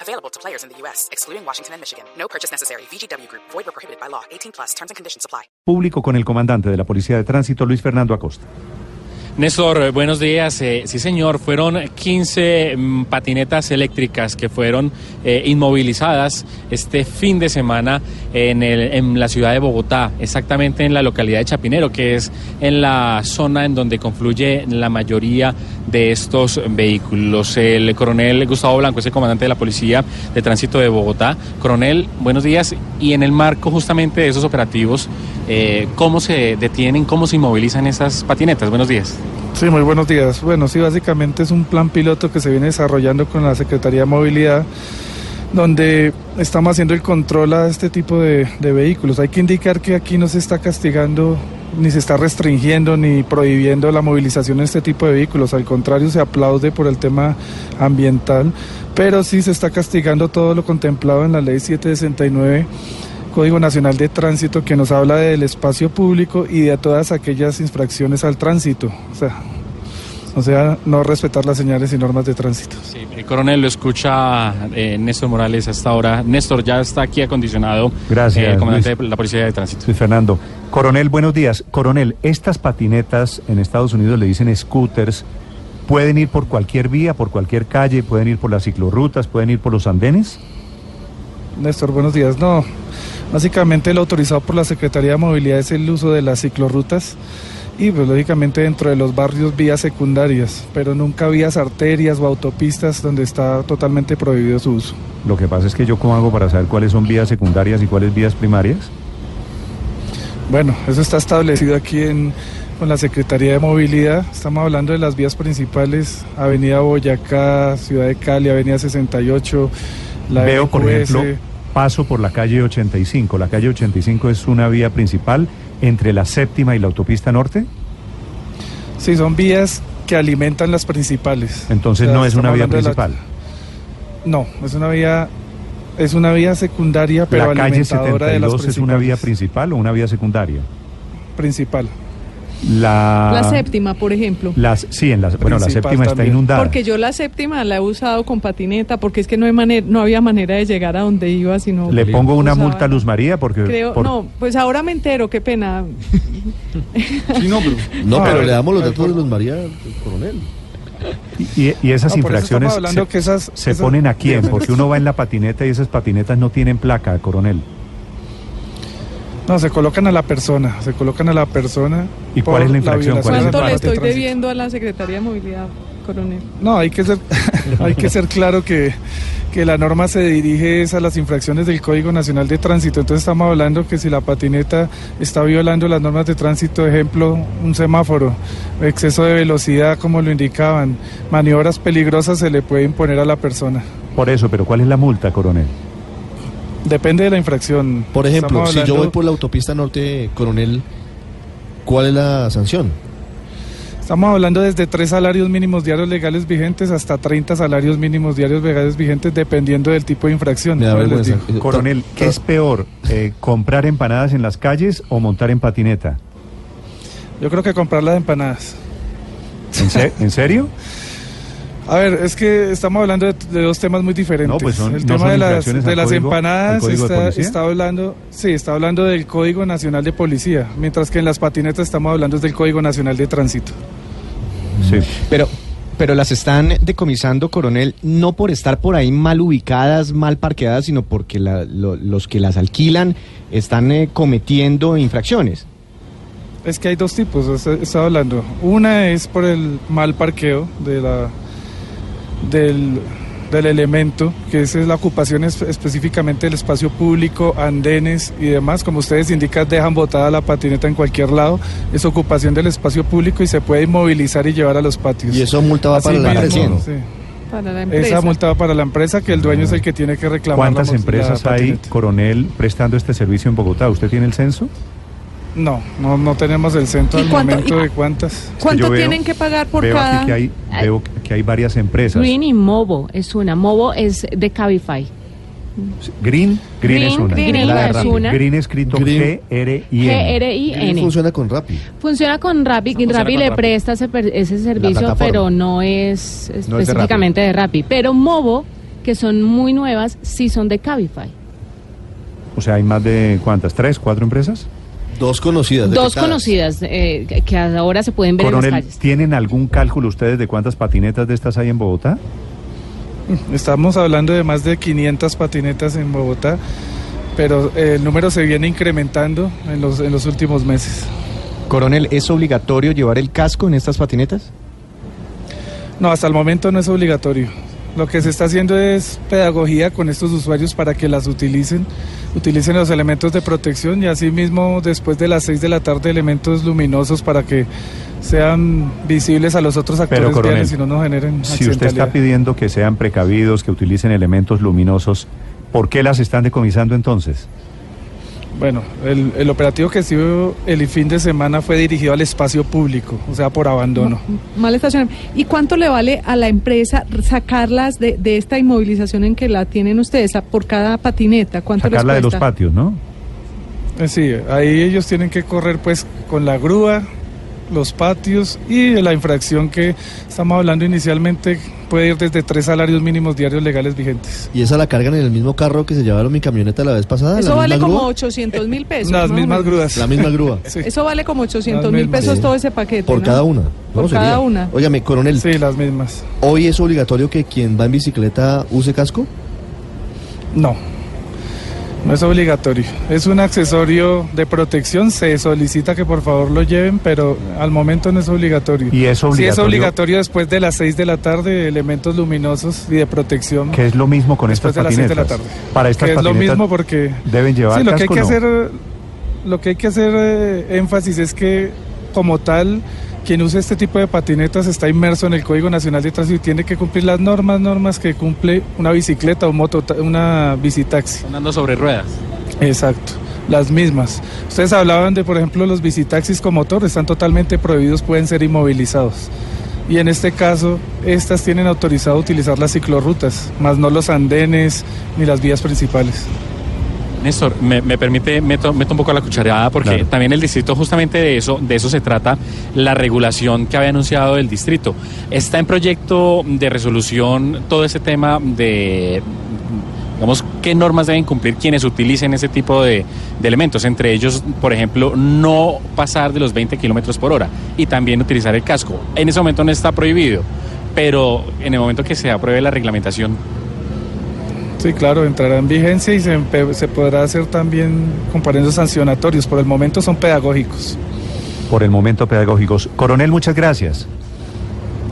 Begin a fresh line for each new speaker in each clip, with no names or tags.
Available to players in the U.S., excluding Washington and Michigan. No purchase necessary. VGW Group, void or prohibited by law. 18 plus terms and conditions apply.
público con el comandante de la Policía de Tránsito, Luis Fernando Acosta.
Néstor, eh, buenos días. Eh, sí, señor, fueron 15 mm, patinetas eléctricas que fueron eh, inmovilizadas este fin de semana en, el- en la ciudad de Bogotá, exactamente en la localidad de Chapinero, que es en la zona en donde confluye la mayoría de estos vehículos. El coronel Gustavo Blanco es el comandante de la Policía de Tránsito de Bogotá. Coronel, buenos días. Y en el marco justamente de esos operativos, eh, ¿cómo se detienen, cómo se inmovilizan esas patinetas? Buenos días.
Sí, muy buenos días. Bueno, sí, básicamente es un plan piloto que se viene desarrollando con la Secretaría de Movilidad, donde estamos haciendo el control a este tipo de, de vehículos. Hay que indicar que aquí no se está castigando, ni se está restringiendo, ni prohibiendo la movilización de este tipo de vehículos. Al contrario, se aplaude por el tema ambiental, pero sí se está castigando todo lo contemplado en la Ley 769 Código Nacional de Tránsito que nos habla del espacio público y de todas aquellas infracciones al tránsito. O sea, o sea, no respetar las señales y normas de tránsito.
Sí, el coronel lo escucha eh, Néstor Morales hasta ahora. Néstor ya está aquí acondicionado.
Gracias,
el comandante
Luis.
de la Policía de Tránsito.
Luis Fernando. Coronel, buenos días. Coronel, estas patinetas en Estados Unidos le dicen scooters. ¿Pueden ir por cualquier vía, por cualquier calle? ¿Pueden ir por las ciclorrutas? ¿Pueden ir por los andenes?
Néstor, buenos días. No, básicamente lo autorizado por la Secretaría de Movilidad es el uso de las ciclorrutas y pues lógicamente dentro de los barrios vías secundarias, pero nunca vías arterias o autopistas donde está totalmente prohibido su uso.
Lo que pasa es que yo cómo hago para saber cuáles son vías secundarias y cuáles vías primarias.
Bueno, eso está establecido aquí en, con la Secretaría de Movilidad. Estamos hablando de las vías principales, Avenida Boyacá, Ciudad de Cali, Avenida 68, la
Veo, por
EQS.
ejemplo, paso por la calle 85. La calle 85 es una vía principal entre la séptima y la autopista norte.
Sí, son vías que alimentan las principales.
Entonces
O sea,
no es una
estamos
vía
hablando de la-
principal.
No, es una vía es una vía secundaria, pero
la calle
alimentadora de las
72 es una vía
principales.
principal o una vía secundaria.
principal.
La,
La séptima, por ejemplo.
Las, sí, en la, bueno, la
Principal
séptima está
también.
inundada.
Porque yo la séptima la he usado con patineta, porque es que no, hay manera, no había manera de llegar a donde iba, sino...
Le pongo una
usaba-
multa a Luz María porque
Creo,
por-
no, pues ahora me entero, qué pena.
No,
Ah,
pero
bueno,
le damos los
ahí
datos
por-
de Luz María, coronel.
y, y esas
No, Ah, por eso
infracciones
estamos hablando
se,
que esas-
se
esas-
ponen a quién,
Bien,
porque
menos.
uno va en la patineta y esas patinetas no tienen placa, coronel.
No, se colocan a la persona, se colocan a la persona.
¿Y cuál
por
es la infracción? ¿Cuál es el
violación
¿Cuánto
de
le
las
estoy
normas de tránsito?
debiendo a la Secretaría de Movilidad, coronel?
No, hay que ser, hay que ser claro que, que la norma se dirige es a las infracciones del Código Nacional de Tránsito. Entonces estamos hablando que si la patineta está violando las normas de tránsito, ejemplo, un semáforo, exceso de velocidad, como lo indicaban, maniobras peligrosas se le puede imponer a la persona.
Por eso, pero ¿cuál es la multa, coronel?
Depende de la infracción.
Por ejemplo,
Estamos
si yo
hablando-
voy por la autopista norte, coronel, ¿cuál es la sanción?
Estamos hablando desde tres salarios mínimos diarios legales vigentes hasta 30 salarios mínimos diarios legales vigentes, dependiendo del tipo de infracción.
Me da
Ahora les
vergüenza.
digo.
Coronel, ¿qué es peor, eh, comprar empanadas en las calles o montar en patineta?
Yo creo que comprar las empanadas.
¿En, se- en serio?
A ver, es que estamos hablando de, de dos temas muy diferentes.
No, pues son-
el
no
tema
son
de las,
infracciones
de
al
las
código- al
empanadas
código de
está,
policía.
está hablando, sí, está hablando del Código Nacional de Policía, mientras que en las patinetas estamos hablando del Código Nacional de Tránsito.
Sí.
Pero, pero las están decomisando, coronel, no por estar por ahí mal ubicadas, mal parqueadas, sino porque la- lo- los que las alquilan están eh, cometiendo infracciones.
Es que hay dos tipos, es- estaba hablando. Una es por el mal parqueo de la, del, del elemento, que esa es la ocupación es- específicamente del espacio público, andenes y demás. Como ustedes indican, dejan botada la patineta en cualquier lado. Es ocupación del espacio público y se puede inmovilizar y llevar a los patios.
Y eso multa va
Así
para la
mismo,
empresa.
sí.
Para la empresa.
Esa multa va para la empresa, que el dueño es el que tiene que reclamar. la
¿Cuántas
mo- la
empresas hay,
patineta.
coronel, prestando este servicio en Bogotá? ¿Usted tiene el censo?
No, no, no tenemos el centro
¿Y
al
cuánto-
momento
y-
de cuántas.
¿Cuánto
yo veo-
tienen que pagar por
Veo
cada?
aquí que hay,
Ay.
veo que hay varias empresas.
Green y Movo es una. Movo es de Cabify.
Green, Green,
Green,
es una.
Green
es
La de
una.
Rappi.
una.
Green escrito
Green.
G-R-I-N.
Green
G-R-I-N.
funciona con Rappi.
Funciona con Rappi.
Funciona
Rappi
con
le
Rappi.
presta ese, per- ese servicio,
plataforma.
pero no es
No es de
específicamente de Rappi. Pero Movo, que son muy nuevas, sí son de Cabify.
O sea, hay más de cuántas, tres, cuatro empresas.
Dos conocidas.
Dos
detectadas.
conocidas eh, que- que ahora se pueden ver en las
Coronel,
calles.
¿tienen algún cálculo ustedes de cuántas patinetas de estas hay en Bogotá?
Estamos hablando de más de 500 patinetas en Bogotá, pero eh, el número se viene incrementando en los, en los últimos meses.
Coronel, ¿es obligatorio llevar el casco en estas patinetas?
No, hasta el momento no es obligatorio. Lo que se está haciendo es pedagogía con estos usuarios para que las utilicen, utilicen los elementos de protección y asimismo después de las 6 de la tarde elementos luminosos para que sean visibles a los otros actores
coronel,
viales y no nos generen
Si usted está
accidentalidad.
pidiendo que sean precavidos, que utilicen elementos luminosos, ¿por qué las están decomisando entonces?
Bueno, el, el operativo que se dio el fin de semana fue dirigido al espacio público, o sea, por abandono.
Mal estacionamiento. ¿Y cuánto le vale a la empresa sacarlas de, de esta inmovilización en que la tienen ustedes a- por cada patineta? ¿Cuánto les
Sacarla de los
cuesta?
patios, ¿no?
Eh, Sí, ahí ellos tienen que correr pues con la grúa, los patios y la infracción que estamos hablando inicialmente puede ir desde tres salarios mínimos diarios legales vigentes.
Y esa la cargan en el mismo carro que se llevaron mi camioneta la vez pasada.
Eso
la
vale
misma
como
grúa,
800 mil pesos. más
Las
o
mismas
menos.
grúas.
La misma grúa.
Sí,
Eso vale como 800
Las
mil
mismas.
pesos
Sí.
todo ese paquete.
Por
¿no?
cada una.
Por
sería.
cada una.
Óigame, coronel,
sí, las mismas.
¿hoy es obligatorio que quien va en bicicleta use casco?
No, no es obligatorio. Es un accesorio de protección, se solicita que por favor lo lleven, pero al momento no es obligatorio.
Y es
Sí es
obligatorio,
obligatorio después de las seis de la tarde, elementos luminosos y de protección.
que es lo mismo con
Después
estas
de las siete
patinetas.
de la tarde.
Para estas
que es lo
patinetas
mismo porque
deben llevar
Sí, lo que hay
casco,
que
¿no?
hacer, eh, lo que hay que hacer eh, énfasis es que como tal quien usa este tipo de patinetas está inmerso en el Código Nacional de Tránsito y tiene que cumplir las normas, normas que cumple una bicicleta o moto, una bicitaxi.
Andando sobre ruedas.
Exacto, las mismas. Ustedes hablaban de, por ejemplo, los bicitaxis con motor, están totalmente prohibidos, pueden ser inmovilizados. Y en este caso, estas tienen autorizado utilizar las ciclorrutas, más no los andenes ni las vías principales.
Néstor, me, me permite, meto, meto un poco la cucharada porque
Claro.
también el distrito, justamente de eso, de eso se trata la regulación que había anunciado el distrito. Está en proyecto de resolución todo ese tema de, digamos, qué normas deben cumplir quienes utilicen ese tipo de, de elementos. Entre ellos, por ejemplo, no pasar de los 20 kilómetros por hora y también utilizar el casco. En ese momento no está prohibido, pero en el momento que se apruebe la reglamentación,
Sí, claro, entrará en vigencia y se, empe- se podrá hacer también comparendos sancionatorios. Por el momento son pedagógicos.
por el momento pedagógicos. Coronel, muchas gracias.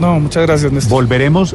No, muchas gracias, Néstor.
Volveremos